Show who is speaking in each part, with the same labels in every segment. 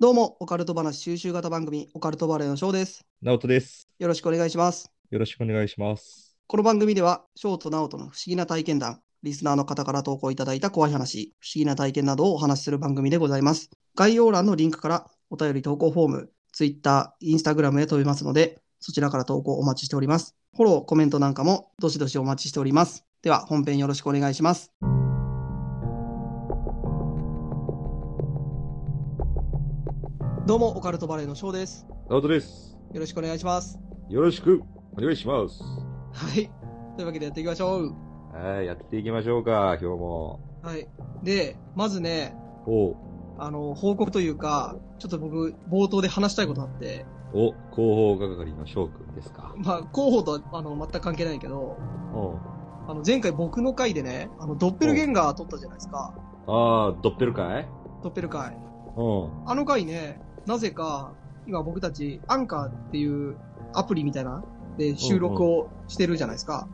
Speaker 1: どうも、オカルト話収集型番組、オカルトバレーの翔です。
Speaker 2: ナオトです。
Speaker 1: よろしくお願いします。
Speaker 2: よろしくお願いします。
Speaker 1: この番組では、翔と直人の不思議な体験談、リスナーの方から投稿いただいた怖い話、不思議な体験などをお話しする番組でございます。概要欄のリンクからお便り投稿フォーム、Twitter、Instagram へ飛びますので、そちらから投稿お待ちしております。フォロー、コメントなんかもどしどしお待ちしております。では、本編よろしくお願いします。どうも、オカルトバレーの翔です。
Speaker 2: ナオトです。
Speaker 1: よろしくお願いします。
Speaker 2: よろしくお願いします。
Speaker 1: はい。というわけでやっていきましょう。
Speaker 2: はい、やっていきましょうか、今日も。
Speaker 1: はい。で、まずね、
Speaker 2: お、
Speaker 1: あの、報告というか、ちょっと僕、冒頭で話したいことあって、
Speaker 2: お、広報係の翔くんですか。
Speaker 1: まあ、広報とは、あの、全く関係ないけど、
Speaker 2: お
Speaker 1: あの、前回僕の回でね、あの、ドッペルゲンガー撮ったじゃないですか。
Speaker 2: あー、ドッペルかい
Speaker 1: ドッペル回。
Speaker 2: お
Speaker 1: あの回ね、なぜか、今僕たち、アンカーっていうアプリみたいな、で、収録をしてるじゃないですか。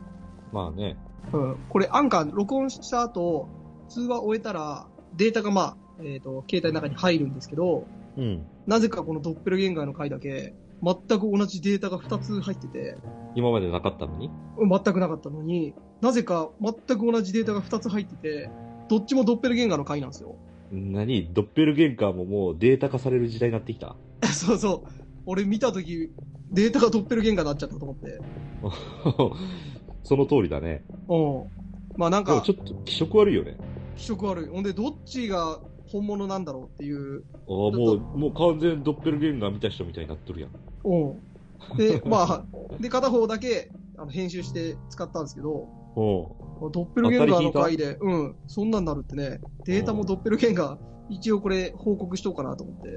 Speaker 2: まあね。
Speaker 1: うん。これ、アンカー、録音した後、通話終えたら、データがまあ、えっ、と、携帯の中に入るんですけど、
Speaker 2: うん。
Speaker 1: なぜかこのドッペルゲンガーの回だけ、全く同じデータが2つ入ってて、
Speaker 2: 今までなかったのに
Speaker 1: 全くなかったのに、なぜか全く同じデータが2つ入ってて、どっちもドッペルゲンガーの回なんですよ。
Speaker 2: 何ドッペルゲンカーももうデータ化される時代になってきた。
Speaker 1: そうそう。俺見たとき、データがドッペルゲンガーになっちゃったと思って。
Speaker 2: その通りだね。
Speaker 1: うん。まあなん
Speaker 2: でも
Speaker 1: か
Speaker 2: ち、ょっと気色悪いよね。
Speaker 1: 気色悪い。ほんで、どっちが本物なんだろうっていう。
Speaker 2: あーもう、もう完全にドッペルゲンガー見た人みたいになっとるやん。
Speaker 1: うん。で、まあ、で、片方だけ、あの、編集して使ったんですけど、
Speaker 2: おう
Speaker 1: ドッペルゲンガーの回で、うん、そんなんなるってね、データもドッペルゲンガー、一応これ報告しとこうかなと思って。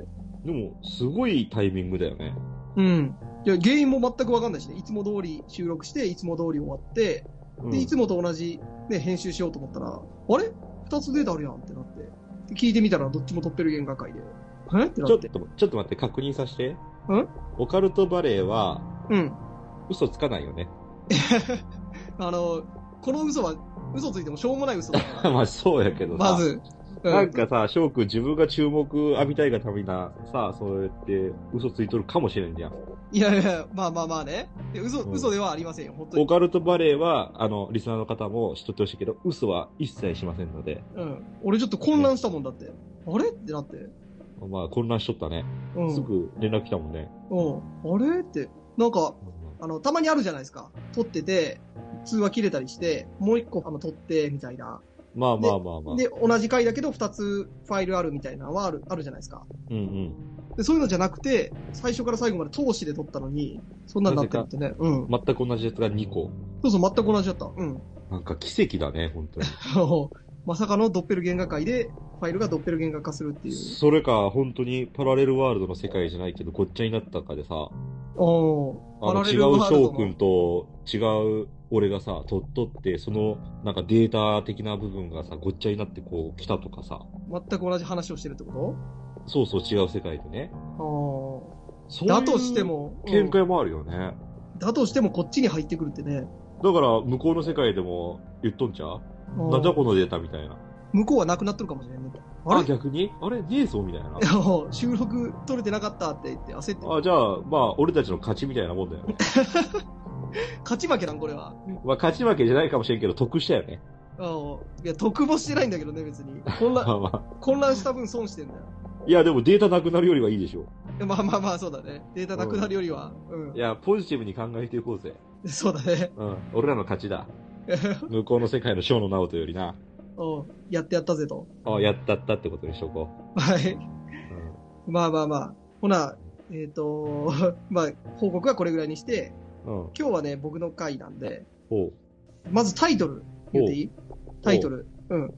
Speaker 2: でも、すごいタイミングだよね。
Speaker 1: うん。いや、原因も全くわかんないしね、いつも通り収録して、いつも通り終わって、
Speaker 2: うん
Speaker 1: で、いつもと同じ、ね、編集しようと思ったら、あれ二つデータあるやんってなって。で聞いてみたら、どっちもドッペルゲンガー回で。えって
Speaker 2: ち
Speaker 1: な
Speaker 2: ょ
Speaker 1: っ。
Speaker 2: ってと、ちょっと待って、確認させて。んオカルトバレーは、
Speaker 1: うん。
Speaker 2: 嘘つかないよね。
Speaker 1: あの、この嘘は、嘘ついてもしょうもない嘘だから。
Speaker 2: まあ、そうやけどさ。
Speaker 1: ま。ず。う
Speaker 2: なんかさ、翔くん自分が注目浴びたいがためにな、さ、そうやって嘘ついとるかもしれんじゃん。
Speaker 1: いやいや、まあまあまあね。で嘘、
Speaker 2: うん
Speaker 1: 嘘ではありませんよ、本当
Speaker 2: オ
Speaker 1: に。
Speaker 2: カルトバレーは、あの、リスナーの方も知っとってほしいけど、嘘は一切しませんので、
Speaker 1: うん。俺ちょっと混乱したもんだって。あれってなって。
Speaker 2: まあ、混乱しとったね。
Speaker 1: うん。
Speaker 2: すぐ連絡来たもんね。
Speaker 1: うん。あれって。なんか、あの、たまにあるじゃないですか。撮ってて、通話切れたりして、もう一個あの撮って、みたいな。
Speaker 2: まあまあまあまあ。
Speaker 1: で、同じ回だけど二つファイルあるみたいなのはある、あるじゃないですか。
Speaker 2: うんうん。
Speaker 1: で、そういうのじゃなくて、最初から最後まで通しで撮ったのに、そんなんなってるってね。うん。
Speaker 2: 全く同じやつが2個。
Speaker 1: そうそう、全く同じだった。うん。
Speaker 2: なんか奇跡だね、本当に。
Speaker 1: あのまさかのドッペルゲンガ界で、ファイルがドッペルゲンガ化するっていう。
Speaker 2: それか、本当にパラレルワールドの世界じゃないけど、ごっちゃになったかでさ、
Speaker 1: おー
Speaker 2: あの違う翔くんと違う俺がさ、取っとって、そのなんかデータ的な部分がさ、ごっちゃになってこう来たとかさ、
Speaker 1: 全く同じ話をしてるってこ
Speaker 2: そうそう違う世界でね。
Speaker 1: とあ
Speaker 2: そうい
Speaker 1: ー
Speaker 2: う
Speaker 1: だとして。も、うん
Speaker 2: 見解もあるよね。
Speaker 1: だとしてもこっちに入ってくるってね。
Speaker 2: だから、向こうの世界でも言っとんちゃう
Speaker 1: うん
Speaker 2: なんじゃこのデータみたいな。
Speaker 1: 向こうはなくなっとるかもしれんね。あ
Speaker 2: あ、
Speaker 1: れ
Speaker 2: 逆にあれねえぞみたいな。
Speaker 1: 収録取れてなかったって言って焦ってる
Speaker 2: あ、じゃあ、まあ、俺たちの勝ちみたいなもんだよね。
Speaker 1: 勝ち負けなんこれは。
Speaker 2: まあ、勝ち負けじゃないかもしれんけど、得したよね。
Speaker 1: うんいや、得もしてないんだけどね、別に。混
Speaker 2: ま
Speaker 1: 乱、
Speaker 2: あまあ。
Speaker 1: 混乱した分損してんだよ。
Speaker 2: いや、でもデータなくなるよりはいいでしょ。
Speaker 1: いやまあまあまあ、そうだね。データなくなるよりは。うん
Speaker 2: い。や、ポジティブに考えていこうぜ。
Speaker 1: そうだね。
Speaker 2: うん。俺らの勝ちだ。向こうの世界のショーの直人よりな、
Speaker 1: うんやってやったぜと。
Speaker 2: あやったったってことにしとこ
Speaker 1: はい。
Speaker 2: う。
Speaker 1: まあまあまあ。ほな、えっ、と まあ、報告はこれぐらいにして、
Speaker 2: うん。うん。
Speaker 1: 今日はね、僕の回なんで、
Speaker 2: ほう。
Speaker 1: まずタイトル言っていいタイト
Speaker 2: ル
Speaker 1: ル。うん。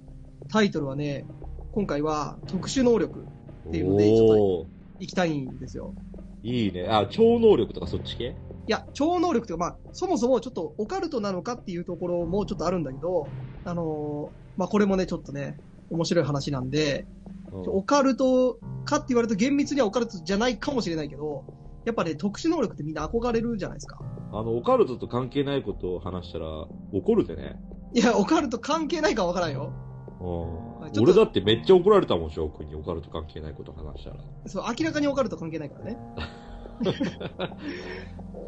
Speaker 1: タイトルはね、今回は特殊能力っていうので
Speaker 2: おー
Speaker 1: いきたいんですよ。
Speaker 2: いいね。あ、超能力とかそっち系
Speaker 1: いや、超能力というか、まあ、そもそもちょっとオカルトなのかっていうところもちょっとあるんだけど、あのーまあ、これもね、ちょっとね、面白い話なんで、
Speaker 2: うん
Speaker 1: オカルトかって言われると厳密にはオカルトじゃないかもしれないけど、やっぱね、特殊能力ってみんな憧れるじゃないですか。
Speaker 2: あの、オカルトと関係ないことを話したら怒るでね。
Speaker 1: いや、オカルト関係ないかわからんよ。
Speaker 2: うん。
Speaker 1: ちょっ
Speaker 2: 俺
Speaker 1: と
Speaker 2: だってめっちゃ怒られたもん、翔くんにオカルト関係ないこと話したら。
Speaker 1: そう明らかにオカルト関係ないからね。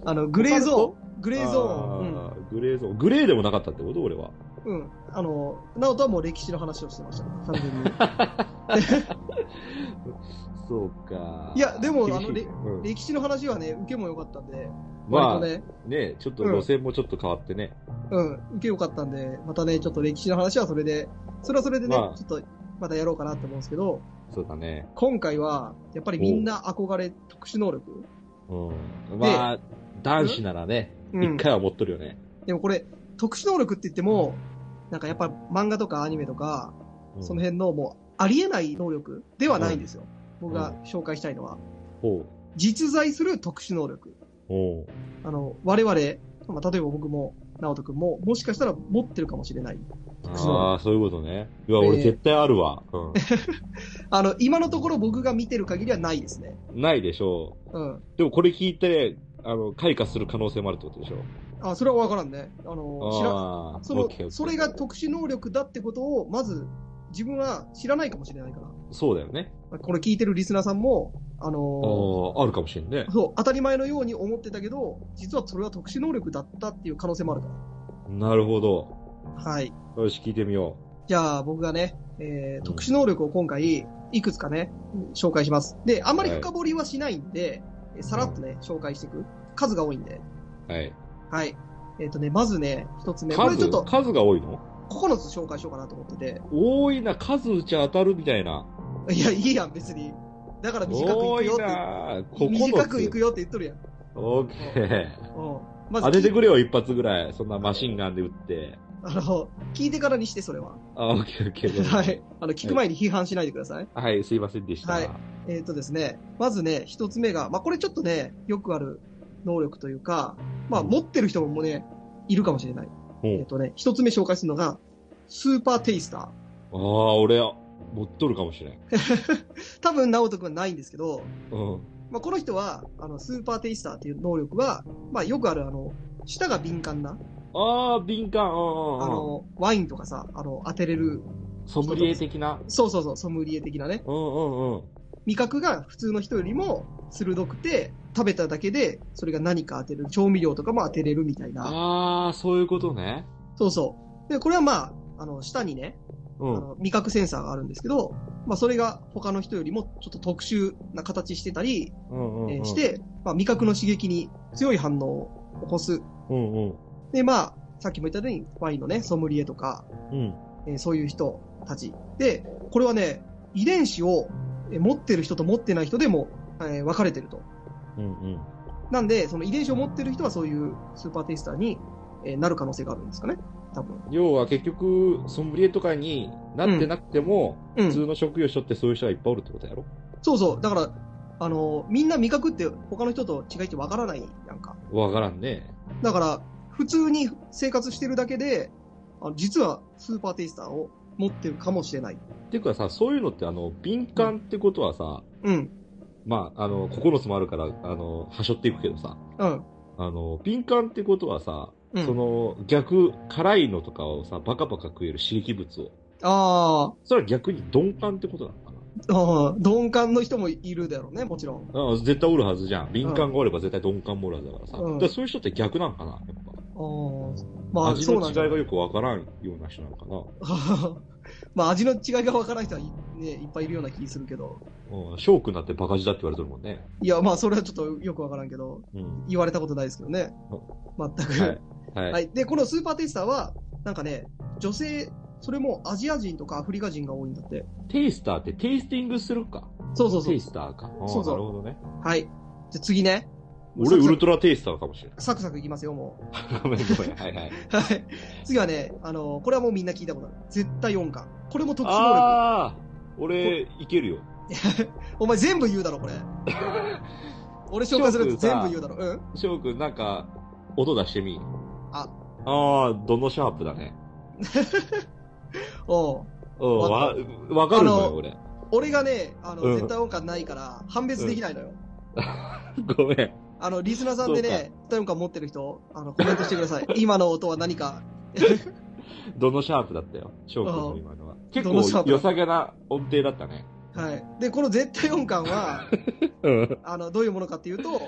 Speaker 1: あの、グレーゾーン。グ
Speaker 2: グ
Speaker 1: レーゾーン。
Speaker 2: ーン。グレーゾーン。グレーでもなかったってこと俺は。
Speaker 1: うん。うん。あの、ナオトはもう歴史の話をしてました、ね、完全 に。
Speaker 2: そうか。
Speaker 1: いやでも
Speaker 2: 厳しいね
Speaker 1: あ
Speaker 2: うん
Speaker 1: 歴史の話はね、受けも良かったんで、
Speaker 2: ま
Speaker 1: 割とね、
Speaker 2: あ、ね、ちょっと路線もちょっと変わってね。
Speaker 1: うん、受け良かったんで、またね、ちょっと歴史の話はそれで、それはそれでね、
Speaker 2: まあ
Speaker 1: ちょっと、またやろうかなって思うんですけど、
Speaker 2: そうだね。
Speaker 1: 今回は、やっぱりみんな憧れ、特殊能力。
Speaker 2: うん。まあ、男子ならね、
Speaker 1: う
Speaker 2: 一
Speaker 1: ん。
Speaker 2: 回は持っとるよね。
Speaker 1: でもこれ、特殊能力って言っても、なんかやっぱ漫画とかアニメとか、
Speaker 2: うん
Speaker 1: その辺のもう、ありえない能力ではないんですよ。僕が紹介したいのは、
Speaker 2: ほう。
Speaker 1: 実在する特殊能力。
Speaker 2: ほ
Speaker 1: あの、我々、まあ、例えば僕も、直人君も、もしかしたら持ってるかもしれない。
Speaker 2: う。
Speaker 1: そう
Speaker 2: ああ、そういうことね。いや、
Speaker 1: えー
Speaker 2: 俺絶対あるわ。うん。
Speaker 1: あの、今のところ僕が見てる限りはないですね。
Speaker 2: ないでしょ
Speaker 1: うん。
Speaker 2: う。でもこれ聞いて、あの、開花する可能性もあるってことでしょ
Speaker 1: あ、それはわからんね。あの、知ら、
Speaker 2: ああー、
Speaker 1: そ
Speaker 2: オッケーオッケー
Speaker 1: の、それが特殊能力だってことを、まず、自分は知らないかもしれないから。
Speaker 2: そうだよね。
Speaker 1: まあこれ聞いてるリスナーさんも、あ
Speaker 2: あ
Speaker 1: の
Speaker 2: あ、あるかもしれ んね。
Speaker 1: そう、当たり前のように思ってたけど、実はそれは特殊能力だったっていう可能性もあるか
Speaker 2: なるほど。
Speaker 1: ら。はい。
Speaker 2: よし、聞いてみよ
Speaker 1: じゃあ僕がね、え
Speaker 2: う
Speaker 1: ー、
Speaker 2: ん
Speaker 1: 特殊能力を今回、いくつかね、紹介します。で、あんまり深掘りはしないんで、えーさらっとね、紹介していく。数が多いんで。
Speaker 2: う。はい。
Speaker 1: はい。えっ、とね、まずね、一つ目。これちょ
Speaker 2: 数
Speaker 1: っと、
Speaker 2: 数が多いの
Speaker 1: 9つ紹介しようかなと思ってて。
Speaker 2: 多いな、数打ち当たるみたいな。
Speaker 1: いや、いいやん、別に。だから短くい
Speaker 2: 多
Speaker 1: く
Speaker 2: い
Speaker 1: よって。
Speaker 2: な。
Speaker 1: 短くいく
Speaker 2: よ。
Speaker 1: よって言っとるやん。
Speaker 2: オッケー。
Speaker 1: うん。ま
Speaker 2: 当てて
Speaker 1: れ。
Speaker 2: くれよ、一発ぐらい。そんなマシンガンで撃って。
Speaker 1: あの、聞いてからにして、それは。
Speaker 2: あ、オッケーオッケー。
Speaker 1: はい。。あの、聞く前に批判しないでください。
Speaker 2: はい、すいませんでした。
Speaker 1: はいえっ、とですね、まずね、一つ目が、まあ、これちょっとね、よくある能力というか、まあ、持ってる人もね、いるかもしれない。
Speaker 2: ほう
Speaker 1: えっ、とね、一つ目紹介するのが、スーパーテイスタ
Speaker 2: ああ、俺、持っとるかもしれん。
Speaker 1: ー。多分、直人くんはないんですけど、
Speaker 2: うん。
Speaker 1: まあ、この人は、あの、スーパーテイスターっていう能力は、まあ、よくある、あの、舌が敏感な、
Speaker 2: ああ、敏感。あ
Speaker 1: あ
Speaker 2: の、
Speaker 1: の、ワインとかさ、あの、当てれる、
Speaker 2: ソムリエ的な。
Speaker 1: そうそうそう、ソムリエ的なね、
Speaker 2: うんうんうん。
Speaker 1: 味覚が普通の人よりも鋭くて、食べただけで、それが何か当てる、調味料とかも当てれるみたいな。
Speaker 2: ああ、そういうことね。
Speaker 1: そうそう。で、これはまあ、あの、下にね、
Speaker 2: う
Speaker 1: あ
Speaker 2: ん。
Speaker 1: の味覚センサーがあるんですけど、まあ、それが他の人よりもちょっと特殊な形してたり、
Speaker 2: うんうんうん
Speaker 1: えーし、て、まあ、味覚の刺激に強い反応を起こす。
Speaker 2: うんうん。
Speaker 1: で、まあ、さっきも言ったように、ワインのね、ソムリエとか、
Speaker 2: うん。
Speaker 1: えーそういう人たち。で、これはね、遺伝子をえー持ってる人と持ってない人でも、えー分かれてると。
Speaker 2: うんうん。
Speaker 1: なんで、その遺伝子を持ってる人はそういうスーパーテイスターに、えーなる可能性があるんですかね。多分。
Speaker 2: 要は結局、ソムリエとかになってなくても、
Speaker 1: う
Speaker 2: 普通の職業所ってそういう人がいっぱいおるってことやろ
Speaker 1: そうそう、だから、あのみんな味覚って他の人と違いってわからないやんか。
Speaker 2: わからんね。
Speaker 1: だから、普通に生活してるだけで、あの実はスーパーテイスターを持ってるかもしれない。
Speaker 2: っていうかさ、そういうのって、あの、敏感ってことはさ、
Speaker 1: うん、
Speaker 2: まあ、あの、9つもあるから、あの、はしょっていくけどさ、
Speaker 1: うん、
Speaker 2: あの、敏感ってことはさ、
Speaker 1: うん。
Speaker 2: その、逆、辛いのとかをさ、バカバカ食える刺激物を。
Speaker 1: あ
Speaker 2: それは逆に鈍感ってことなのかな
Speaker 1: ーあー、鈍感の人もいるだろうね、もちろん。
Speaker 2: ああ絶対おるはずじゃん。敏感がおれば絶対鈍感もおるはずだからさ。
Speaker 1: うん
Speaker 2: だからそういう人って逆なんかなやっぱ。
Speaker 1: あーまあ、
Speaker 2: 味
Speaker 1: そう
Speaker 2: の
Speaker 1: なん
Speaker 2: 違い
Speaker 1: じゃ
Speaker 2: が
Speaker 1: ない
Speaker 2: よくわからんような人なのかな。
Speaker 1: まあ、味の違いがわからない人はい,、ね、いっぱいいるような気するけど。
Speaker 2: うん、ショークになってバカ字だって言われてるもんね。
Speaker 1: いや、まあ、それはちょっとよくわからんけど、
Speaker 2: うん。
Speaker 1: 言われたことないですけどね。全く。
Speaker 2: はい。はい。
Speaker 1: はい。で、このスーパーテイスターは、なんかね、女性、それもアジア人とかアフリカ人が多いんだって。
Speaker 2: テイスターってテイスティングするか。
Speaker 1: そうそうそ
Speaker 2: テ
Speaker 1: う
Speaker 2: イ。スターか。
Speaker 1: そうそう
Speaker 2: ああなるほどね。
Speaker 1: はい。じゃあ次ね。
Speaker 2: 俺ウ
Speaker 1: サクサ
Speaker 2: ル
Speaker 1: ク
Speaker 2: トラテイスターかもしれない。
Speaker 1: サクサクいきますよ、も
Speaker 2: ごめんごめん。はいはい。
Speaker 1: う。はい。次はね、あのこれはもうみんな聞いたことある。絶対音感。これも特殊能
Speaker 2: ああ俺、いけるよ。
Speaker 1: 力。お前全部言うだろ、これ。俺紹介すると全部言うだろ。うん。
Speaker 2: ショーくん、なんか、音出してみ。
Speaker 1: あ。
Speaker 2: ああ、どのシャープだね。
Speaker 1: おう
Speaker 2: うん、
Speaker 1: わ
Speaker 2: わ、わかるの
Speaker 1: あ
Speaker 2: よ、
Speaker 1: の
Speaker 2: 俺。
Speaker 1: 俺がね、あの、
Speaker 2: うん
Speaker 1: 絶対音感ないから、判別できないのよ。
Speaker 2: ごめん。
Speaker 1: あの、リスナーさんで
Speaker 2: そうか
Speaker 1: ね、絶対音感持ってる人、あの、コメントしてください。今の音は何か。
Speaker 2: どのシャープだったよ、ショーくんの今のは。結
Speaker 1: どのシャー
Speaker 2: 構
Speaker 1: プだ
Speaker 2: 良さげな音程だったね。
Speaker 1: はい。で、この絶対音感は、
Speaker 2: うん。
Speaker 1: あの、どういうものかっていうと、
Speaker 2: う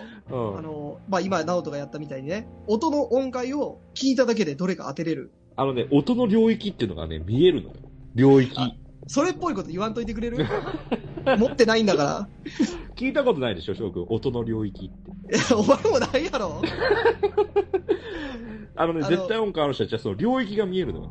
Speaker 1: あ
Speaker 2: ん。
Speaker 1: の、まあ、今、直人がやったみたいにね、音の音階を聞いただけでどれか当てれる。
Speaker 2: あのね、音の領域っていうのがね、見えるのよ。領域。
Speaker 1: あそれっぽいこと言わんといてく れる持ってないんだから。
Speaker 2: 聞いたことないでしょ、翔くん。音の領域って。
Speaker 1: え お前もないやろ
Speaker 2: あのね、
Speaker 1: あの
Speaker 2: 絶対音感ある人たちはその領域が見えるのよ。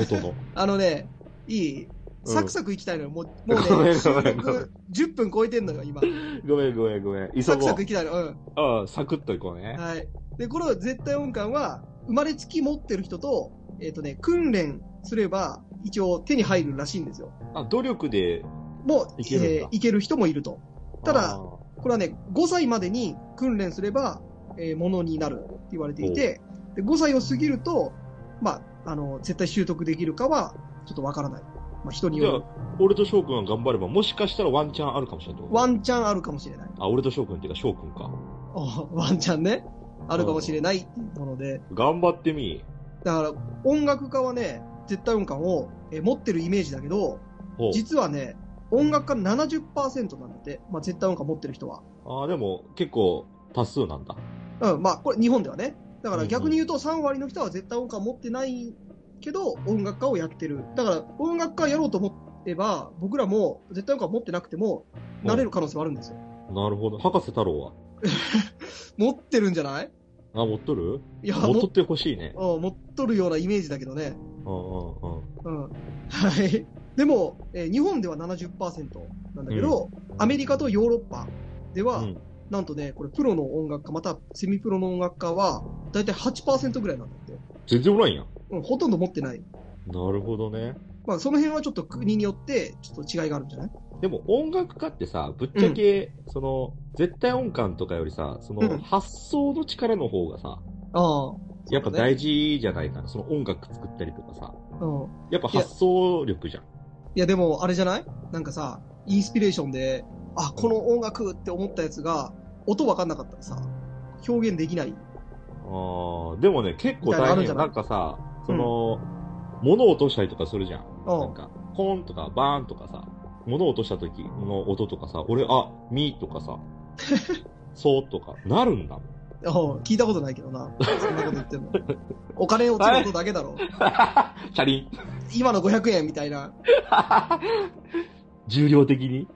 Speaker 2: 音の。
Speaker 1: あのね、いい
Speaker 2: うん
Speaker 1: サクサク行きたいのよ。 もう、も
Speaker 2: ご
Speaker 1: う
Speaker 2: め
Speaker 1: ね、
Speaker 2: ん
Speaker 1: 収
Speaker 2: ごめんごめん
Speaker 1: 録10分超えてんのよ、今。
Speaker 2: ごめんごめんごめん。急
Speaker 1: サク
Speaker 2: ごう
Speaker 1: サク。行きたいの。う。
Speaker 2: ああ、サクッといこうんね。
Speaker 1: はい。で、この絶対音感は、生まれつき持ってる人と、えっ、とね、訓練すれば、一応手に入るらしいんですよ。
Speaker 2: あ、努力で。
Speaker 1: もう、
Speaker 2: いけるんだ
Speaker 1: えーいける人もいると。ただ
Speaker 2: ああ、
Speaker 1: これはね、5歳までに訓練すれば、えーものになるって言われていて、で5歳を過ぎると、まあ、あの、絶対習得できるかは、ちょっとわからない。まあ、人に
Speaker 2: じゃ
Speaker 1: よる。
Speaker 2: あ、俺と翔くんが頑張れば、もしかしたらワンチャンあるかもしれない。
Speaker 1: ワンチャンあるかもしれない。
Speaker 2: あ、俺と翔くんっていうか翔くんか。
Speaker 1: あワンチャンね。あるかもしれないっていうもので。
Speaker 2: 頑張ってみ。
Speaker 1: だから、音楽家はね、絶対音感を、えー持ってるイメージだけど、
Speaker 2: ほう。
Speaker 1: 実はね、音楽家の70%なんだって。まあ、絶対音感持ってる人は。
Speaker 2: ああ、でも、結構、多数なんだ。
Speaker 1: うん、まあ、これ日本ではね。だか
Speaker 2: うんう
Speaker 1: ら
Speaker 2: ん
Speaker 1: 逆に言うと3割の人は絶対音感持ってないけど、音楽家をやってる。だから音楽家やろうと思えば、僕らも絶対音感持ってなくても、なれる可能性はあるんですよ。
Speaker 2: なるほど。博士太郎は。
Speaker 1: 持ってるんじゃない
Speaker 2: あ、持っとる
Speaker 1: いや、
Speaker 2: 持っ
Speaker 1: も
Speaker 2: とってほしいね。
Speaker 1: うん持っとるようなイメージだけどね。
Speaker 2: うんうんうん。
Speaker 1: うん。はい。でも、えー日本では70%なんだけど、アメリカとヨーロッパでは、
Speaker 2: うん
Speaker 1: なんとね、これプロの音楽家、またセミプロの音楽家は、だいたい8%ぐらいなんだって。
Speaker 2: 全然おらんやん。
Speaker 1: うん、ほとんど持ってない。
Speaker 2: なるほどね。
Speaker 1: まあ、その辺はちょっと国によって、ちょっと違いがあるんじゃない
Speaker 2: でも音楽家ってさ、ぶっちゃけ、その、絶対音感とかよりさ、その、
Speaker 1: うん
Speaker 2: 発想の力の方がさ、
Speaker 1: ああ。
Speaker 2: やっぱ大事じゃないかな。その音楽作ったりとかさ。
Speaker 1: うん。
Speaker 2: やっぱ発想力じゃん。
Speaker 1: いや、でも、あれじゃないなんかさ、インスピレーションで、あ、この音楽って思ったやつが、音わかんなかったらさ、表現できない。
Speaker 2: あーでもね、結構大
Speaker 1: みたいなのあるん
Speaker 2: 変
Speaker 1: じゃ
Speaker 2: よ。
Speaker 1: な
Speaker 2: ないんかさ、その、物を落としたりとかするじゃん。なんか、コーンとかバーンとかさ、物を落とした時の音とかさ、俺、あ、ミーとか さ、そうとか、なるんだもん。
Speaker 1: うん聞いたことないけどな。そんなこと言っても。お金落ちる音だけだろ。
Speaker 2: チャリン。
Speaker 1: 今の500円みたいな。
Speaker 2: 重量的に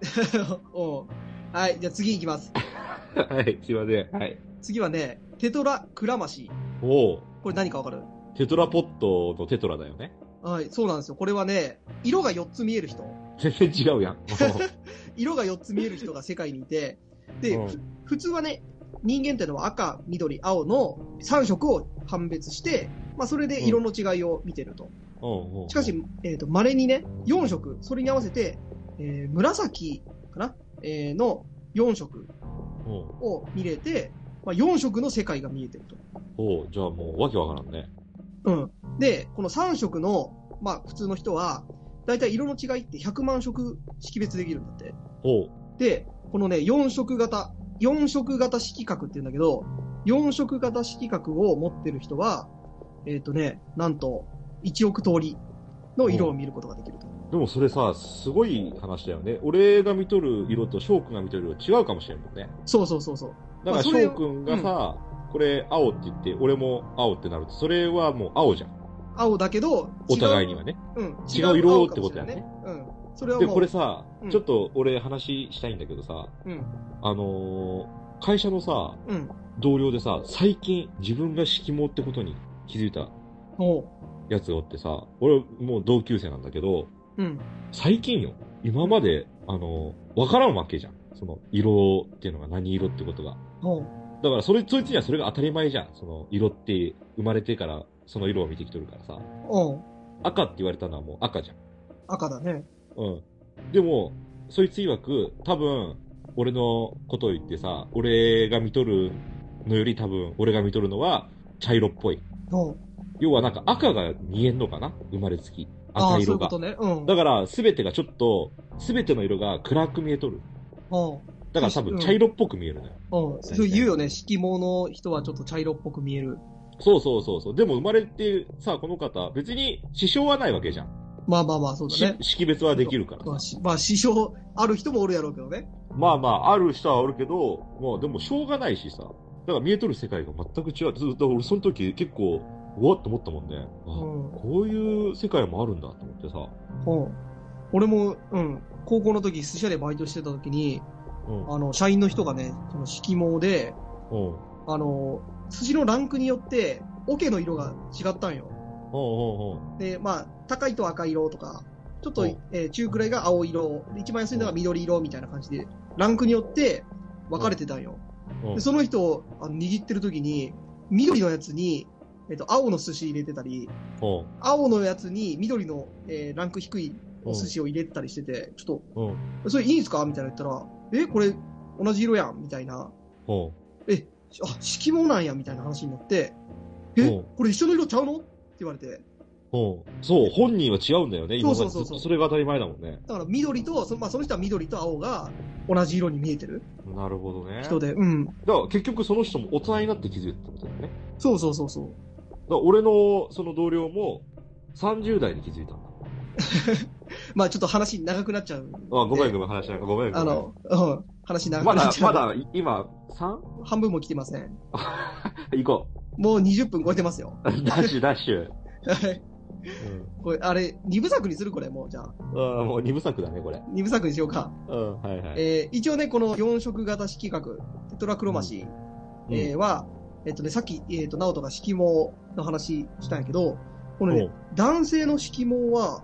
Speaker 1: うんはい、じゃあ次行きます。
Speaker 2: はい、すいません。はい。
Speaker 1: 次はね、テトラクラマシー。
Speaker 2: おう
Speaker 1: これ何かわかる
Speaker 2: テトラポットのテトラだよね。
Speaker 1: はい、そうなんですよ。これはね、色が4つ見える人。
Speaker 2: 全然違 うやん。
Speaker 1: 色が4つ見える人が世界にいて、で、
Speaker 2: うん
Speaker 1: ふ普通はね、人間ってのは赤、緑、青の3色を判別して、まあ、それで色の違いを見てると。
Speaker 2: うんうん
Speaker 1: しか、し、えっ、と、稀にね、4色、それに合わせて、えー紫かな、えーの4色
Speaker 2: うん
Speaker 1: を見れて、まあ、4色の世界が見えてると。
Speaker 2: おうじゃあもう、わけわからんね。
Speaker 1: うん。で、この3色の、まあ、普通の人は、だいたい色の違いって100万色識別できるんだって。
Speaker 2: おう
Speaker 1: で、このね、4色型、4色型色覚って言うんだけど、4色型色覚を持ってる人は、えっ、とね、なんと、1億通りの色を見ることができると。
Speaker 2: でもそれさ、すごい話だよね。俺が見とる色と翔くんが見とる色違うかもしれんもんね。
Speaker 1: そうそうそうそう。ま
Speaker 2: だか
Speaker 1: あ
Speaker 2: ら
Speaker 1: それ
Speaker 2: 翔くんがさ、これ青って言って、俺も青ってなると、それはもう青じゃん。
Speaker 1: 青だけど、
Speaker 2: お互いにはね。
Speaker 1: 違う、うん、
Speaker 2: 違う色ってことやね
Speaker 1: 違う青かもしれないね。うん。それは
Speaker 2: で、
Speaker 1: もう、
Speaker 2: これさ
Speaker 1: うん、
Speaker 2: ちょっと俺話したいんだけどさ、
Speaker 1: うん、
Speaker 2: あのー会社のさ、
Speaker 1: うん。
Speaker 2: 同僚でさ、最近自分が色盲ってことに気づいた
Speaker 1: も
Speaker 2: やつがおってさ、俺もう同級生なんだけど、
Speaker 1: う、うん。
Speaker 2: 最近よ、今まで、あのーわからんわけじゃん。その、色っていうのが何色ってことが。
Speaker 1: もう、
Speaker 2: だから、それ、そいつにはそれが当たり前じゃん。その、色って、生まれてから、その色を見てきとるからさ。
Speaker 1: うん。
Speaker 2: 赤って言われたのはもう赤じゃん。
Speaker 1: 赤だね。
Speaker 2: うん。でも、そいつ曰く、多分、俺のことを言ってさ、俺が見とるのより多分、俺が見とるのは、茶色っぽい。
Speaker 1: もう、
Speaker 2: 要はなんか赤が見えんのかな生まれつき。
Speaker 1: あ
Speaker 2: 赤
Speaker 1: あー、そうい
Speaker 2: 色
Speaker 1: うこ
Speaker 2: が。
Speaker 1: とね。うん。
Speaker 2: だから、すべてがちょっと、すべての色が暗く見えとる。
Speaker 1: も
Speaker 2: だから多分、茶色っぽく見えるのよ。
Speaker 1: う、うん。そう言うよね、色盲の人はちょっと茶色っぽく見える。
Speaker 2: そうそうそうそう。でも生まれてさ、この方、別に支障はないわけじゃん。
Speaker 1: まあまあまあ、そうだね。
Speaker 2: し識別はできるから
Speaker 1: まあ、
Speaker 2: さ。
Speaker 1: しまあ、支障ある人もおるやろうけどね。
Speaker 2: まあまあ、ある人はおるけど、まあでもしょうがないしさ。だから見えとる世界が全く違う。ずっと俺その時結構、うわっと思ったもんね。
Speaker 1: う
Speaker 2: あ
Speaker 1: ん。
Speaker 2: こういう世界もあるんだと思ってさ。
Speaker 1: うん俺も、うん、高校の時、寿司屋でバイトしてた時に、
Speaker 2: うん。
Speaker 1: あの、社員の人がね、その色毛で、
Speaker 2: うん。うん
Speaker 1: あの、寿司のランクによって、桶の色が違ったんよ。
Speaker 2: うんうん。
Speaker 1: で、まあ、高いと赤色とか、ちょっと、
Speaker 2: うん
Speaker 1: えー中くらいが青色、で一番安いのが緑色みたいな感じで、ランクによって分かれてたんよ。
Speaker 2: うん
Speaker 1: で、その人をあの握ってる時に、緑のやつに、えっ、と、青の寿司入れてたり、
Speaker 2: うん
Speaker 1: 青のやつに緑の、えーランク低いお寿司を入れてたりしてて、ちょっ
Speaker 2: うん。
Speaker 1: と、それいいんすかみたいな言ったら、え、これ同じ色やんみたいな、
Speaker 2: うん。
Speaker 1: え、あ、色毛なんやみたいな話になって、
Speaker 2: う
Speaker 1: え、
Speaker 2: ん
Speaker 1: これ一緒の色ちゃうのって言われて。
Speaker 2: うん。そう、本人は違うんだよね。今ま
Speaker 1: そう
Speaker 2: で
Speaker 1: そ
Speaker 2: ず
Speaker 1: うそうそ
Speaker 2: っ
Speaker 1: う
Speaker 2: とそれが当たり前だもんね。
Speaker 1: だから緑と、そのまあ、その人は緑と青が同じ色に見えてる
Speaker 2: なるほどね。
Speaker 1: 人で、うん。
Speaker 2: だから結局その人も大人になって気づいたってことだよね。
Speaker 1: そうそうそうそう。
Speaker 2: だから俺のその同僚も30代で気づいたんだ。
Speaker 1: まあちょっと話長くなっちゃう。
Speaker 2: あ、ごめんごめん話しない。ごめんごめん。
Speaker 1: あの、うん、話長
Speaker 2: ま
Speaker 1: くな
Speaker 2: だ
Speaker 1: っ、ちゃ
Speaker 2: ま
Speaker 1: う。
Speaker 2: だ、今、3?
Speaker 1: 半分も来てません。
Speaker 2: 行こ
Speaker 1: もう20分超えてますよ。
Speaker 2: う。 ダッシュ、ダ ッシュ。
Speaker 1: はい
Speaker 2: うん。
Speaker 1: これ、あれ、二部作にするこれ、もう、じゃあ。
Speaker 2: あーもう二部作だね、これ。
Speaker 1: 二部作にしようか。
Speaker 2: うん、はいはい。
Speaker 1: えー、一応ね、この4色型色覚、テトラクロマシー、えーは、えっとね、さっき、えっと、ナオトが色毛の話したんやけど、このね、男性の色毛は、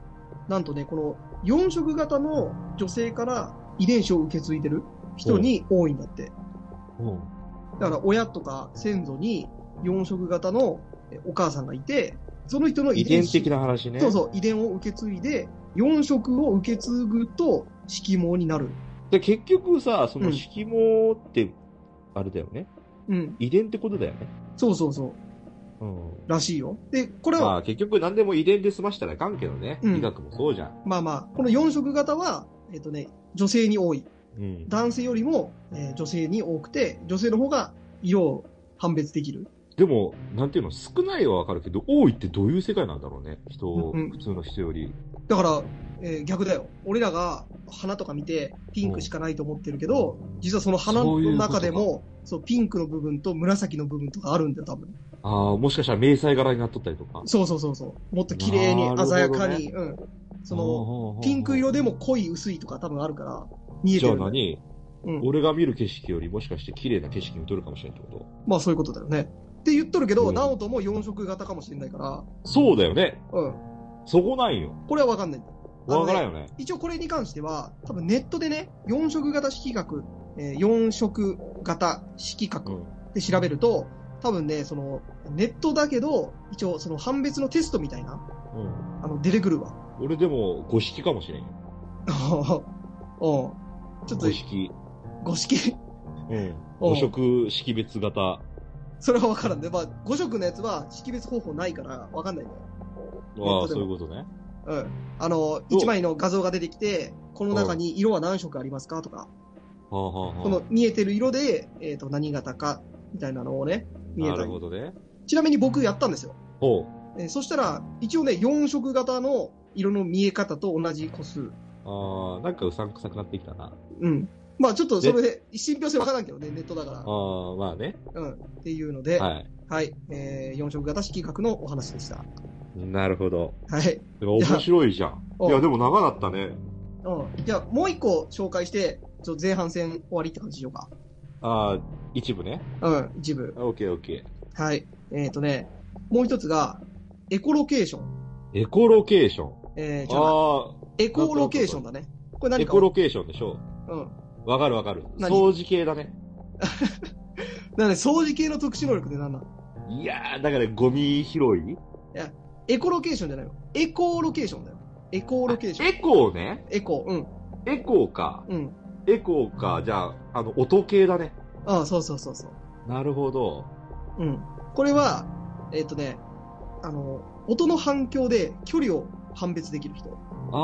Speaker 1: なんとね、この4色型の女性から遺伝子を受け継いでる人に多いんだって。
Speaker 2: うん、うん。
Speaker 1: だから親とか先祖に4色型のえお母さんがいて、その人の
Speaker 2: 遺
Speaker 1: 遺伝
Speaker 2: 伝
Speaker 1: 子
Speaker 2: 的な話ね。
Speaker 1: そうそう、遺伝を受け継いで、4色を受け継ぐと色毛になる。
Speaker 2: で、結局さ、そ
Speaker 1: うん
Speaker 2: の色毛って、あれだよね。
Speaker 1: うん。
Speaker 2: 遺伝ってことだよね。
Speaker 1: そうそうそう。
Speaker 2: うん。
Speaker 1: らしいよ。で、これは、
Speaker 2: まあ結局何でも遺伝で済ましたらいかんけどね。
Speaker 1: うん
Speaker 2: 医学もそうじゃん。
Speaker 1: まあまあ、この4色型は、えっ、とね、女性に多い。
Speaker 2: うん。
Speaker 1: 男性よりも、えー女性に多くて、女性の方が色を判別できる。
Speaker 2: でも、なんていうの、少ないはわかるけど、多いってどういう世界なんだろうね。人、
Speaker 1: うん
Speaker 2: 普通の人より。
Speaker 1: だから、えー逆だよ。俺らが花とか見てピンクしかないと思ってるけど、実はその花の中でも、そう、ピンクの部分と紫の部分とかあるんだよ、多分。
Speaker 2: ああ、もしかしたら迷彩柄になっとったりとか。
Speaker 1: そうそうそうそう。もっと綺麗に、鮮やかに、うん。その、
Speaker 2: の
Speaker 1: ピンク色でも濃い薄いとか多分あるから、見え
Speaker 2: じ
Speaker 1: て
Speaker 2: ゃあ
Speaker 1: るんだよ。
Speaker 2: 何
Speaker 1: うん。
Speaker 2: 俺が見る景色よりもしかして綺麗な景色に撮るかもしれないってこ
Speaker 1: まあそういうことだよね。って言っとるけど、
Speaker 2: うん
Speaker 1: ナオトも4色型かもしれないから、
Speaker 2: とそうだよね。
Speaker 1: うん。
Speaker 2: そこないよ。
Speaker 1: これは分かんないんだ。あの
Speaker 2: わ
Speaker 1: ね
Speaker 2: からんよね。
Speaker 1: 一応これに関しては、多分ネットでね、4色型色覚、えー、4色型色
Speaker 2: う
Speaker 1: 覚
Speaker 2: ん。
Speaker 1: で調べると、多分ね、その、ネットだけど、一応その判別のテストみたいな、
Speaker 2: うん。
Speaker 1: あの、出てくるわ。
Speaker 2: 俺でも、五色かもしれんよ。
Speaker 1: うんちょっと
Speaker 2: 五、色。
Speaker 1: 五色、
Speaker 2: うん。五色識別型。
Speaker 1: それは分からんね。まあ、5色のやつは識別方法ないから分かんないんだよ。
Speaker 2: あ
Speaker 1: ネットで
Speaker 2: あ、そ
Speaker 1: も
Speaker 2: ういうことね。
Speaker 1: うん。あの、1枚の画像が出てきて、この中に色は何色ありますかとか、
Speaker 2: はあはあはあ
Speaker 1: この見えてる色で、えっ、と、何型か、みたいなのをね、見え
Speaker 2: な
Speaker 1: た
Speaker 2: る
Speaker 1: り
Speaker 2: ほ。どね。
Speaker 1: ちなみに僕やったんですよ。
Speaker 2: ほう。
Speaker 1: えーそしたら、一応ね、4色型の色の見え方と同じ個数。
Speaker 2: ああ、なんかうさんくさくなってきたな。
Speaker 1: うん。まあちょっとそれで、信憑性わからんけどね、ネットだか
Speaker 2: ああ、まあね。
Speaker 1: ら。うん。っていうので、はい、
Speaker 2: はい。
Speaker 1: えー、4色型色覚のお話でした。
Speaker 2: なるほど。
Speaker 1: はい。
Speaker 2: でも面白いじゃん。
Speaker 1: いや
Speaker 2: いや、でも長かったね。
Speaker 1: うん。じゃあ、もう一個紹介して、ちょっと前半戦終わりって感じしようか。
Speaker 2: ああ、一部ね。
Speaker 1: うん、一部。
Speaker 2: オッケーオッケ
Speaker 1: はい。えっ、ー、とね、もう一つが、エコロケーション。
Speaker 2: ー。エコロケーション。
Speaker 1: えー、じゃあ、
Speaker 2: あ
Speaker 1: エコロケーションだね。これ
Speaker 2: あ、エ
Speaker 1: 何か
Speaker 2: コロケーションでしょ。
Speaker 1: うん。
Speaker 2: わかるわかる。
Speaker 1: 何
Speaker 2: 掃除系だね。
Speaker 1: なんで、掃除系の特殊能力で何なの
Speaker 2: いやー、だからゴミ拾い
Speaker 1: エコロケーションじゃないよ。エコーロケーションだよ。エコーロケーション。
Speaker 2: エコーね。
Speaker 1: エコー、うん、
Speaker 2: エコーか。
Speaker 1: うん。
Speaker 2: エコーか。じゃあ、あの、音系だね。
Speaker 1: ああ、そうそうそうそう。
Speaker 2: なるほど。
Speaker 1: うん。これは、えっ、とね、あの、音の反響で距離を判別できる人。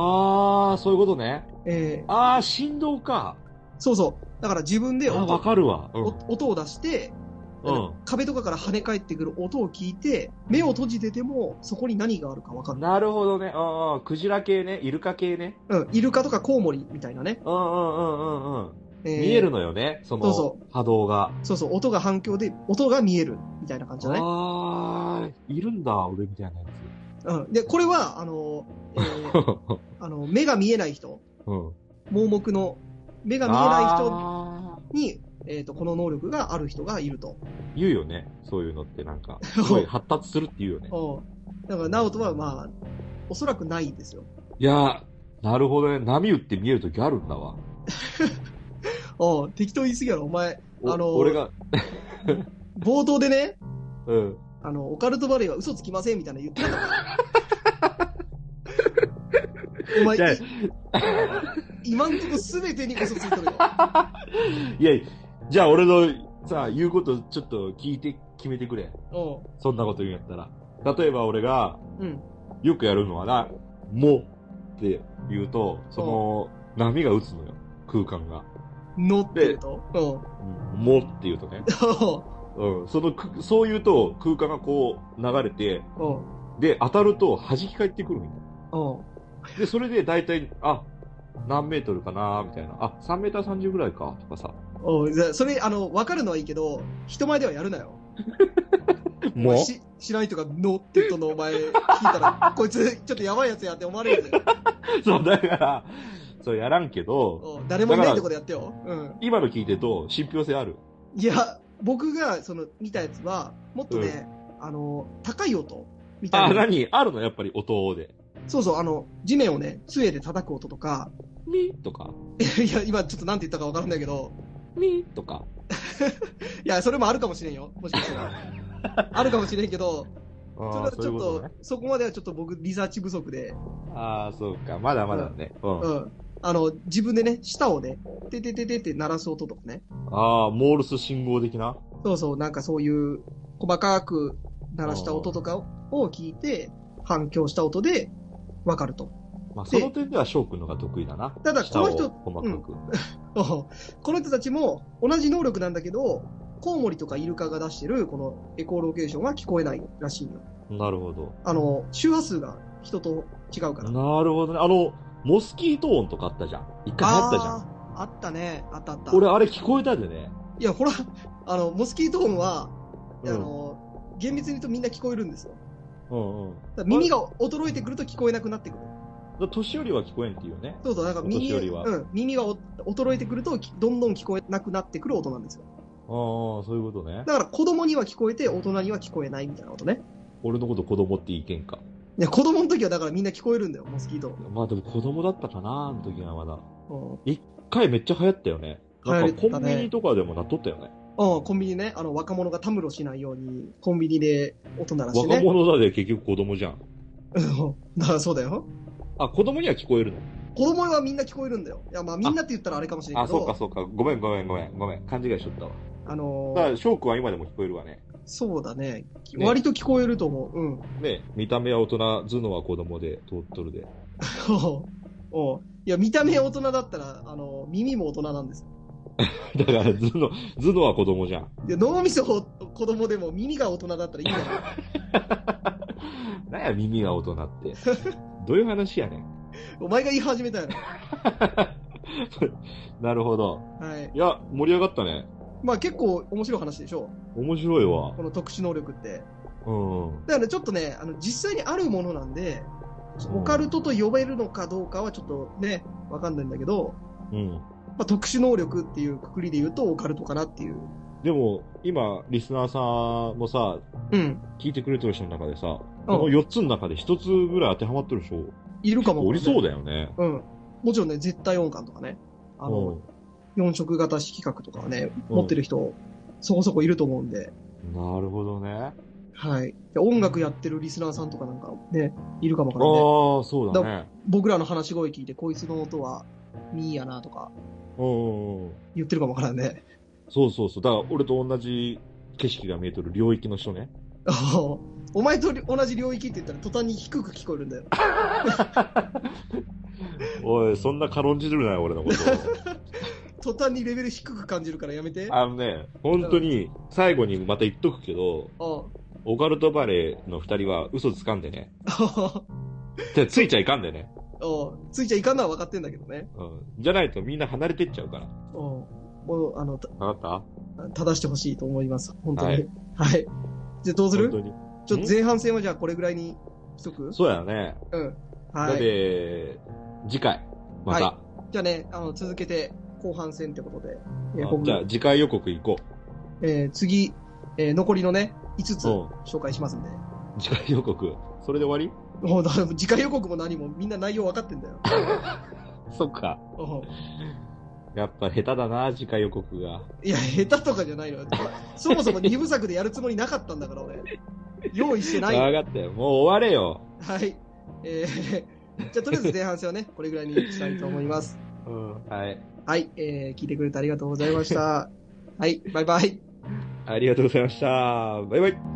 Speaker 2: あー、そういうことね。
Speaker 1: えー、
Speaker 2: あー、振動か。
Speaker 1: そうそう。だから自分で
Speaker 2: あ、わ
Speaker 1: 音
Speaker 2: かるわ。うん
Speaker 1: お音を出して、
Speaker 2: う
Speaker 1: 壁とかから跳ね返ってくる音を聞いて、目を閉じてても、そこに何があるかわかん
Speaker 2: ん。
Speaker 1: ない。
Speaker 2: なるほどね。ああ、クジラ系ね。イルカ系ね。
Speaker 1: うん、イルカとかコウモリみたいなね。
Speaker 2: うんうんうんうんうん。
Speaker 1: えー
Speaker 2: 見えるのよね。そ
Speaker 1: そう
Speaker 2: の
Speaker 1: そ
Speaker 2: 波動が。
Speaker 1: そうそう、音が反響で、音が見えるみたいな感じだね。
Speaker 2: ああ、いるんだ、俺みたいなや
Speaker 1: うん。で、これは、あの、えー あの、目が見えない人、
Speaker 2: つ。うん。
Speaker 1: 盲目の、目が見えない人に、えっ、と、この能力がある人がいると。
Speaker 2: 人。言うよね。そういうのってな んか、すごい発達するって言うよね。
Speaker 1: うん。だから、ナオトは、まあ、おそらくないですよ。
Speaker 2: いやー、なるほどね。波打って見えるときあるんだわ。
Speaker 1: うん。適当言いすぎやろ、お前。
Speaker 2: お
Speaker 1: あのー
Speaker 2: 俺が、
Speaker 1: 冒頭でね、
Speaker 2: うん。
Speaker 1: あの、オカルトバレーは嘘つきませんみたいなの言ってなか った。お前
Speaker 2: じゃあ、
Speaker 1: 今んとこ全てに嘘ついて るよ。
Speaker 2: いや、じゃあ俺のさ、言うことちょっと聞いて決めてくれ。
Speaker 1: う
Speaker 2: そんなこと言うんやったら。例えば俺が、
Speaker 1: ん。うん。
Speaker 2: よくやるのはな、もって言うと、その、波が打つのよ。空間が。
Speaker 1: のってると。う
Speaker 2: うんもって言うとね。うん。そのく、そう言うと空間がこう流れて、
Speaker 1: ん。うん。
Speaker 2: で、当たると弾き返ってくるんよ。
Speaker 1: うん。
Speaker 2: で、それで大体、あ、何メートルかなみたいな。あ、3メーター30ぐらいかとかさ。
Speaker 1: おうじゃあそれ、あの、わかるのはいいけど、人前ではやるなよ。お前し、しないとか、のってるとのお前聞いたら、 こいつ、ちょっとやばいやつやって思われるぜ。
Speaker 2: そう、だから、そうやらんけど、
Speaker 1: おう誰もいないとこでやってよ。うん。
Speaker 2: 今の聞いてどう信憑性ある
Speaker 1: いや、僕が、その、見たやつは、もっとね、あの、高い音、みた
Speaker 2: あ、
Speaker 1: いな。
Speaker 2: 何あるのやっぱり音で。
Speaker 1: そうそう、あの、地面をね、杖で叩く音とか、
Speaker 2: ミーとか、
Speaker 1: いや、今ちょっとなんて言ったかわからんだけど、
Speaker 2: ミーとか。
Speaker 1: いや、それもあるかもしれんよ。もしかしたら。 あるかもしれんけど、それ
Speaker 2: あ
Speaker 1: は
Speaker 2: あ、
Speaker 1: ち
Speaker 2: そうい
Speaker 1: ょ
Speaker 2: う
Speaker 1: っ
Speaker 2: こと
Speaker 1: と、
Speaker 2: ね。
Speaker 1: そこまではちょっと僕、リサーチ不足で、
Speaker 2: ああ、そうか。まだまだね。うん。
Speaker 1: うん。あの、自分でね、舌をね、ててててって鳴らす音とかね。
Speaker 2: ああ、モールス信号的な。
Speaker 1: そうそう、なんかそういう、細かく鳴らした音とかを聞いて、反響した音で、わかると。
Speaker 2: まあ、その点では翔くんのが得意だな。
Speaker 1: ただ
Speaker 2: 下を
Speaker 1: この人
Speaker 2: 細かく。
Speaker 1: この人たちも同じ能力なんだけど、コウモリとかイルカが出してる、このエコーロケーションは聞こえないらしいよ。
Speaker 2: なるほど。
Speaker 1: あの、周波数が人と違うから。
Speaker 2: なるほどね。あの、モスキート音とかあったじゃん。一回流行ったじゃん。
Speaker 1: あーあったね。あったあった。
Speaker 2: 俺、あれ聞こえたでね。
Speaker 1: いや、ほら、あの、モスキート音は、
Speaker 2: うん
Speaker 1: あの、厳密に言うとみんな聞こえるんですよ。
Speaker 2: うんうん。
Speaker 1: だから耳が衰えてくると聞こえなくなってくる。
Speaker 2: だ年寄りは聞こえんっていうね。
Speaker 1: そうそう、なんか
Speaker 2: お
Speaker 1: 耳
Speaker 2: 年寄りは
Speaker 1: うん、耳がお衰えてくるときどんどん聞こえなくなってくる音なんですよ。
Speaker 2: ああ、そういうこと
Speaker 1: だ
Speaker 2: ね。
Speaker 1: から子供には聞こえて大人には聞こえないみたいなことね。
Speaker 2: 俺のこと子供って言いけんか。
Speaker 1: いや、子供の時はだからみんな聞こえるんだよ、モスキート
Speaker 2: まあでも子供だったかな、あの時はまだ。
Speaker 1: 音。
Speaker 2: 一回めっちゃ流行ったよね。なんか
Speaker 1: 流行っ
Speaker 2: コ
Speaker 1: た
Speaker 2: ン
Speaker 1: ね
Speaker 2: ビニとかでもなっとったよね。
Speaker 1: うん、うん、コンビニね、あの若者がたむろしないようにコンビニで音鳴らして
Speaker 2: 若
Speaker 1: ね。
Speaker 2: 者だで結局子供じゃん。
Speaker 1: うん、だからそうだよ。
Speaker 2: あ、子供には聞こえるの
Speaker 1: 子供はみんな聞こえるんだよ。いや、まあみんなって言ったらあれかもしれん
Speaker 2: あ、
Speaker 1: け
Speaker 2: そうか
Speaker 1: ど、
Speaker 2: そうか。ごめんごめんごめん。ごめん。勘違いしとったわ。
Speaker 1: あの
Speaker 2: だ
Speaker 1: ー
Speaker 2: から、翔くんは今でも聞こえるわね。
Speaker 1: そうだね
Speaker 2: ね
Speaker 1: 割と聞こえると思う。うん。
Speaker 2: ね見た目は大人、頭脳は子供で通っとるで。
Speaker 1: おうおういや、見た目大人だったら、あの、耳も大人なんですよ。
Speaker 2: だから、頭脳、頭脳は子供じゃん。
Speaker 1: いや脳みそを子供でも耳が大人だったらいいんだよ。
Speaker 2: なんや、耳が大人って。 どういう話やねん。
Speaker 1: お前が言い始めたよね。
Speaker 2: なるほど。
Speaker 1: はい。
Speaker 2: いや、盛り上がったね。
Speaker 1: まあ結構面白い話でしょ
Speaker 2: 面白いわ
Speaker 1: こ。の特殊能力って。
Speaker 2: うん。
Speaker 1: だからね、ちょっとね、あの、実際にあるものなんで、オカルトと呼べるのかどうかはちょっとね、わかんないんだけど、
Speaker 2: うん。
Speaker 1: まあ特殊能力っていうくくりで言うとオカルトかなっていう。
Speaker 2: でも、今、リスナーさんもさ、
Speaker 1: うん。
Speaker 2: 聞いてくれてる人の中でさ、この4つの中で1つぐらい当てはまってるでしょ
Speaker 1: いるかも、
Speaker 2: おりそうだよね。
Speaker 1: うん。もちろんね、絶対音感とかね。あの、4色型色覚とかはね、
Speaker 2: うん
Speaker 1: 持ってる人、そこそこいると思うんで、
Speaker 2: うん。なるほどね。
Speaker 1: はい。で音楽やってるリスナーさんとかなんかね、いるかもわ
Speaker 2: あ
Speaker 1: か
Speaker 2: あ
Speaker 1: らんね。
Speaker 2: ー、そうだね。
Speaker 1: 僕らの話し声聞いて、こいつの音は、ミーやなとか
Speaker 2: うんうんうん。
Speaker 1: 言ってるかもわからんね。
Speaker 2: そうそうそう。だから、俺と同じ景色が見えてる領域の人ね。
Speaker 1: お前と同じ領域って言ったら途端に低く聞こえるんだよ。
Speaker 2: おい、そんな軽んじるなよ、俺のこと。
Speaker 1: 途端にレベル低く感じるからやめて。あ
Speaker 2: あのね、本当に、最後にまた言っとくけど、
Speaker 1: あ。
Speaker 2: オカルトバレーの二人は嘘つかんでね。じゃあついちゃいかんでね。
Speaker 1: うんついちゃいかんのは分かってんだけどね。
Speaker 2: うん。じゃないとみんな離れてっちゃうから。
Speaker 1: うんもう、あの、た
Speaker 2: わかっ
Speaker 1: 正してほしいと思います。本当に。は
Speaker 2: はいい。
Speaker 1: じゃあどう
Speaker 2: た
Speaker 1: する
Speaker 2: 本当に。
Speaker 1: ちょっと前半戦はじゃあこれぐらいにしとく
Speaker 2: そうやね。
Speaker 1: うん。
Speaker 2: だ
Speaker 1: は
Speaker 2: っ
Speaker 1: い。
Speaker 2: て、次回、また。
Speaker 1: はじゃあね、あの、続けて後半戦ってことで。えー
Speaker 2: あ
Speaker 1: 今
Speaker 2: じゃあ
Speaker 1: 後
Speaker 2: 次回予告行こ
Speaker 1: えー次、えー残りのね、5つ
Speaker 2: う。う
Speaker 1: 紹介しますんで。
Speaker 2: ん。次回予告。それで終わ
Speaker 1: もうだから次回予告も何もみんな内容分かってんだよ。
Speaker 2: りそっか。
Speaker 1: うん
Speaker 2: やっぱ下手だな、次回予告が。
Speaker 1: いや、下手とかじゃないのよ。そもそも2部作でやるつもりなかったんだから、俺。用意してないよ。
Speaker 2: わかったよ。もう終われよ。
Speaker 1: はい。えーじゃあ、とりあえず前半戦はね、これぐらいにしたいと思います。
Speaker 2: うん。はい。
Speaker 1: はい。えー聞いてくれてありがとうございました。はい。バイバイ。
Speaker 2: ありがとうございました。バイバイ。